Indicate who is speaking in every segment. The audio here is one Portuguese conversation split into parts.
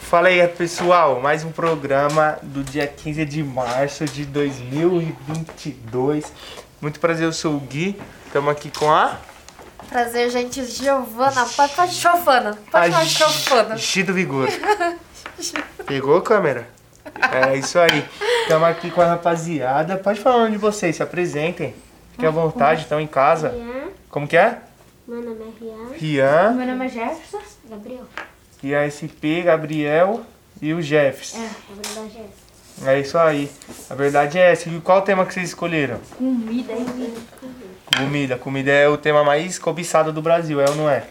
Speaker 1: Fala aí, pessoal. Mais um programa do dia 15 de março de 2022. Muito prazer, eu sou o Gui. Estamos aqui com a...
Speaker 2: Prazer, gente. Giovana, pode falar de Giovana. Pode falar de Giovana.
Speaker 1: G do Vigor. Pegou a câmera? É isso aí. Estamos aqui com a rapaziada. Pode falar o nome de vocês, se apresentem. Fiquem à vontade, estão em casa. Como que é?
Speaker 3: Uhum. Meu nome é Rian.
Speaker 1: Rian,
Speaker 2: Meu nome é Jefferson.
Speaker 3: Gabriel.
Speaker 1: e a SP, é Gabriel e o
Speaker 3: É,
Speaker 1: Jeffs.
Speaker 3: Gabriel da Gés.
Speaker 1: É isso aí. A verdade é essa. E qual o tema que vocês escolheram?
Speaker 2: Comida,
Speaker 4: é
Speaker 1: Comida. Comida é o tema mais cobiçado do Brasil, é ou não é?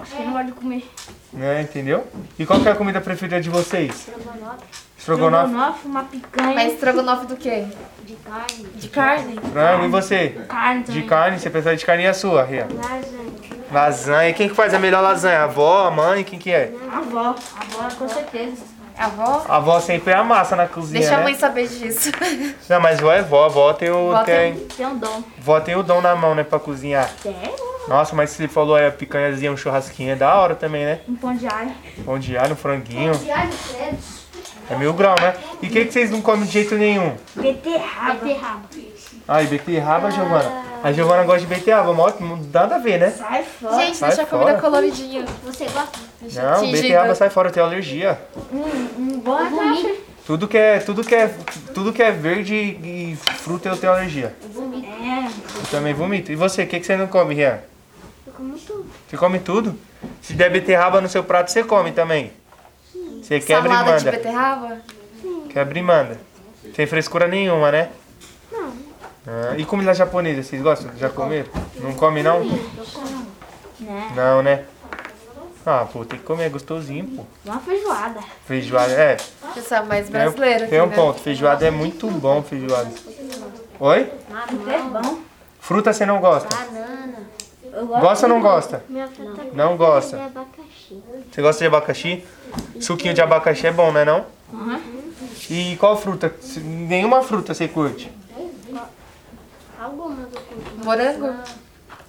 Speaker 2: Acho que não gosto de comer.
Speaker 1: Né, entendeu? E qual que é a comida preferida de vocês?
Speaker 3: Estrogonofe
Speaker 1: Estrogonofe,
Speaker 4: Estrogonofe, uma picanha
Speaker 2: Mas estrogonofe do quê?
Speaker 3: de carne.
Speaker 4: de carne.
Speaker 1: frango Né? e você?
Speaker 4: Carne também.
Speaker 1: De carne, você pensa de carne e a sua, Ria?
Speaker 3: Lasanha.
Speaker 1: Lasanha. Quem que faz a melhor lasanha? A avó, a mãe, quem que é?
Speaker 4: A avó. A avó, com certeza.
Speaker 2: A avó?
Speaker 1: A avó sempre é a massa na cozinha,
Speaker 2: Deixa a
Speaker 1: né?
Speaker 2: mãe saber disso.
Speaker 1: Não, mas vó é vó, a vó tem o,
Speaker 2: Vó tem-
Speaker 1: tem,
Speaker 4: Tem um dom.
Speaker 1: vó tem o dom na mão, né, pra cozinhar.
Speaker 4: Sério?
Speaker 1: Nossa, mas você falou aí a picanhazinha, um churrasquinho, é da hora também, né?
Speaker 4: Um pão de alho.
Speaker 1: Pão de alho, um franguinho,
Speaker 3: Diário Credos.
Speaker 1: é mil grau, né? E o que, que vocês não comem de jeito nenhum?
Speaker 4: Beterraba.
Speaker 3: Beterraba.
Speaker 1: Ah, e beterraba, Giovana? A Giovana gosta de beterraba, mó- nada a ver, né?
Speaker 4: Sai fora.
Speaker 2: Gente,
Speaker 1: Sai
Speaker 2: deixa a comida
Speaker 1: fora.
Speaker 2: coloridinha.
Speaker 3: Você gosta?
Speaker 1: Não,
Speaker 2: Fingindo.
Speaker 1: beterraba sai fora, eu tenho alergia.
Speaker 4: Um bom alho.
Speaker 1: Tudo que é, tudo que é, tudo que é verde e fruta eu tenho alergia.
Speaker 4: É.
Speaker 1: Eu também vomito. E você, o que, que você não come, Rian?
Speaker 3: Eu como tudo.
Speaker 1: Você come tudo? Se der beterraba no seu prato, você come também. Você quebra e
Speaker 2: Salada de
Speaker 1: manda.
Speaker 2: beterraba?
Speaker 1: Quebra e manda. Sem frescura nenhuma, né?
Speaker 3: Não.
Speaker 1: Ah, e comida japonesa, vocês gostam? Já comeram? Não come não? Não, né? Ah, pô, tem que comer, é gostosinho, pô.
Speaker 4: Uma feijoada.
Speaker 1: Feijoada, é.
Speaker 2: Você sabe mais
Speaker 1: Tem,
Speaker 2: brasileira.
Speaker 1: tem um
Speaker 2: entendeu?
Speaker 1: ponto. Feijoada é muito bom, feijoada. Oi?
Speaker 4: Tudo é bom.
Speaker 1: Fruta você não gosta?
Speaker 3: Banana.
Speaker 4: Eu gosto.
Speaker 1: Gosta ou não gosta?
Speaker 3: Minha fruta preferida
Speaker 1: Não gosta.
Speaker 3: é abacaxi.
Speaker 1: Você gosta de abacaxi? Suquinho de abacaxi é bom, né não?
Speaker 4: Uhum.
Speaker 1: E qual fruta? Se- Nenhuma fruta você curte?
Speaker 3: tá. Algumas eu curto.
Speaker 2: Morango?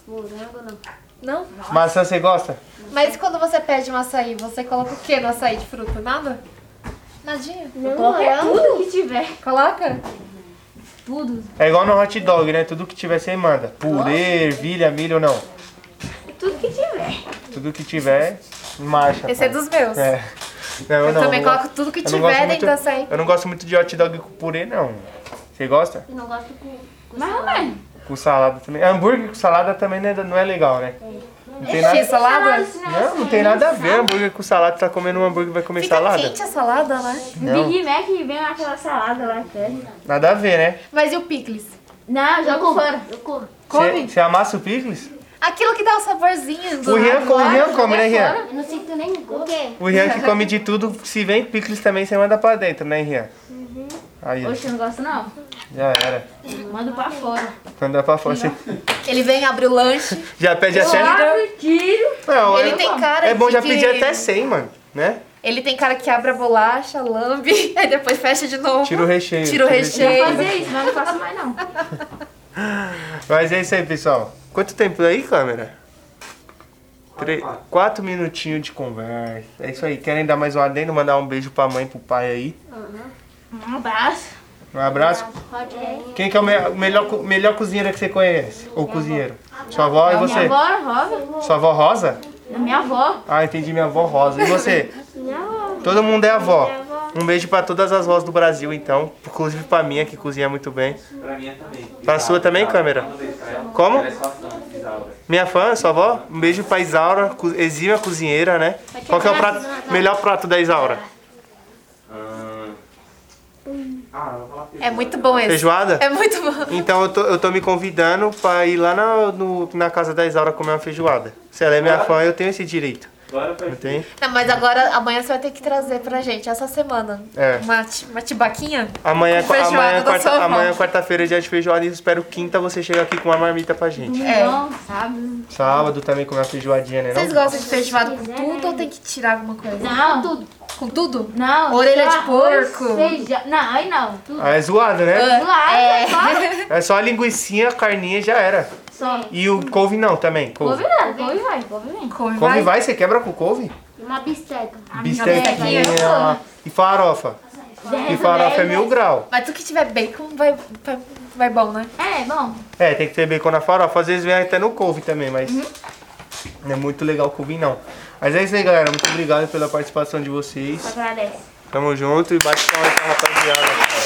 Speaker 3: Morango não.
Speaker 2: Não?
Speaker 1: Maçã você gosta?
Speaker 2: Mas quando você pede um açaí, você coloca o que no açaí de fruta? Nada? Nadinha?
Speaker 4: Qualquer tudo que tiver.
Speaker 2: Coloca?
Speaker 4: Tudo.
Speaker 1: É igual no hot dog, né? Tudo que tiver você manda. Purê, ervilha, milho ou não.
Speaker 4: Tudo que tiver.
Speaker 1: Tudo que tiver, marcha.
Speaker 2: Esse é
Speaker 1: pai.
Speaker 2: dos meus.
Speaker 1: É. Não,
Speaker 2: Eu
Speaker 1: não,
Speaker 2: também
Speaker 1: não
Speaker 2: coloco
Speaker 1: gosto-
Speaker 2: tudo que
Speaker 1: eu não gosto
Speaker 2: tiver dentro do
Speaker 1: muito-
Speaker 2: açaí.
Speaker 1: Eu não gosto muito de hot dog com purê, não. Você gosta?
Speaker 3: Eu não gosto com... com
Speaker 4: Mas,
Speaker 3: salada.
Speaker 4: mano.
Speaker 1: Com salada também. Hambúrguer com salada também não é, não é legal, né? Não tem
Speaker 2: Que
Speaker 1: nada...
Speaker 2: salada?
Speaker 1: Não, não tem nada a ver. Hambúrguer com salada. Tá comendo um hambúrguer e vai comer
Speaker 2: Fica
Speaker 1: salada?
Speaker 2: quente a salada, né?
Speaker 1: Não.
Speaker 4: Um Big Mac vem aquela salada lá é. perto.
Speaker 1: Nada a ver, né?
Speaker 2: Mas e o picles?
Speaker 4: Não,
Speaker 3: Eu
Speaker 4: joga
Speaker 3: como.
Speaker 4: fora.
Speaker 3: Eu como.
Speaker 2: Come?
Speaker 1: Você amassa o picles?
Speaker 2: Aquilo que dá o saborzinho do
Speaker 1: O Rian,
Speaker 2: lado
Speaker 1: come- o
Speaker 2: lá.
Speaker 1: Rian come, né, Rian?
Speaker 3: Eu não sei que tu nem gosta. O quê?
Speaker 1: O Rian que come de tudo, se vem picles também, você manda pra dentro, né, Rian?
Speaker 2: Uhum.
Speaker 1: Aí, ó,
Speaker 4: Oxe, eu não gosto não.
Speaker 1: já era.
Speaker 4: Manda pra fora.
Speaker 1: Manda pra fora. Você
Speaker 2: Ele vem, abre o lanche.
Speaker 1: já pede até.
Speaker 4: Abre, tiro.
Speaker 1: Não,
Speaker 2: Ele
Speaker 1: é-
Speaker 2: tem cara
Speaker 1: É bom
Speaker 2: de
Speaker 1: já
Speaker 2: que-
Speaker 1: pedir até 100, mano, né?
Speaker 2: Ele tem cara que abre a bolacha, lambe, aí depois fecha de novo.
Speaker 1: Tira o recheio.
Speaker 2: Uhum. Tira o recheio.
Speaker 4: Fazer isso, mas não faço mais não.
Speaker 1: Mas é isso aí, pessoal. Quanto tempo aí, câmera? Tre... Quatro minutinhos de conversa. É isso aí. Querem dar mais um adendo? Mandar um beijo pra mãe e pro pai aí.
Speaker 4: Um abraço.
Speaker 1: Um abraço.
Speaker 3: Rodinha.
Speaker 1: Quem que é o me- o melhor, co- melhor cozinheiro que você conhece? Ou cozinheiro? Sua avó e
Speaker 4: Minha
Speaker 1: você?
Speaker 4: avó, avó,
Speaker 1: Sua avó Rosa?
Speaker 4: É minha avó.
Speaker 1: Ah, entendi. Minha avó Rosa. E você?
Speaker 3: Não.
Speaker 1: Todo mundo é avó. Um beijo pra todas as vozes do Brasil, então. Inclusive pra minha, que cozinha muito bem.
Speaker 5: Pra minha também.
Speaker 1: Pra sua também, câmera? Como?
Speaker 5: Ela é sua fã, Isaura.
Speaker 1: Minha fã, sua avó? Um beijo pra Isaura, co- exímia cozinheira, né? Qual que é o prato, melhor prato da Isaura?
Speaker 5: Ah, ah, eu vou falar
Speaker 2: É muito bom esse.
Speaker 1: Feijoada?
Speaker 2: É muito bom.
Speaker 1: Então eu tô, eu tô me convidando pra ir lá na, no- na casa da Isaura comer uma feijoada. Se ela é minha fã, eu tenho esse direito.
Speaker 5: Agora foi.
Speaker 1: Não tem?
Speaker 2: Não, mas agora, amanhã você vai ter que trazer pra gente, essa semana.
Speaker 1: É.
Speaker 2: Uma, ti- uma tibaquinha?
Speaker 1: Amanhã, é qua-
Speaker 2: Feijoada
Speaker 1: amanhã, é
Speaker 2: da
Speaker 1: quarta,
Speaker 2: sua avó.
Speaker 1: amanhã é quarta-feira é dia de feijoada e eu espero quinta você chegar aqui com uma marmita pra gente.
Speaker 2: É.
Speaker 4: Não, sabe?
Speaker 1: Sábado também comer uma feijoadinha, né?
Speaker 2: Uhum. Vocês
Speaker 1: Não?
Speaker 2: gostam de feijoada com tudo ou tem que tirar alguma coisa?
Speaker 4: Não,
Speaker 2: Com tudo?
Speaker 4: não.
Speaker 2: Orelha
Speaker 4: só
Speaker 2: de
Speaker 4: arroz,
Speaker 2: porco.
Speaker 4: Feijão. Não, aí não. Tudo
Speaker 1: Ah, é zoado, né?
Speaker 4: lá, é. só.
Speaker 1: É só a linguiçinha, a carninha já era.
Speaker 4: Só.
Speaker 1: E o couve não também. Couve.
Speaker 4: Couve não, couve vai, couve vem.
Speaker 2: Come,
Speaker 1: Couve
Speaker 2: vai.
Speaker 1: vai, você quebra com couve?
Speaker 3: Eu Uma bisteca.
Speaker 1: Bistequinha.
Speaker 4: bistequinha.
Speaker 1: E farofa. E
Speaker 4: Dez,
Speaker 1: farofa é
Speaker 4: dez,
Speaker 1: mil grau.
Speaker 2: Mas tudo que tiver bacon vai, vai, vai bom, né?
Speaker 4: É, bom.
Speaker 1: É, tem que ter bacon na farofa. Às vezes vem até no couve também, mas não é muito legal o couve, não. Mas é isso aí, galera. Muito obrigado pela participação de vocês.
Speaker 3: Agradece.
Speaker 1: Tamo junto e bate palma pra rapaziada.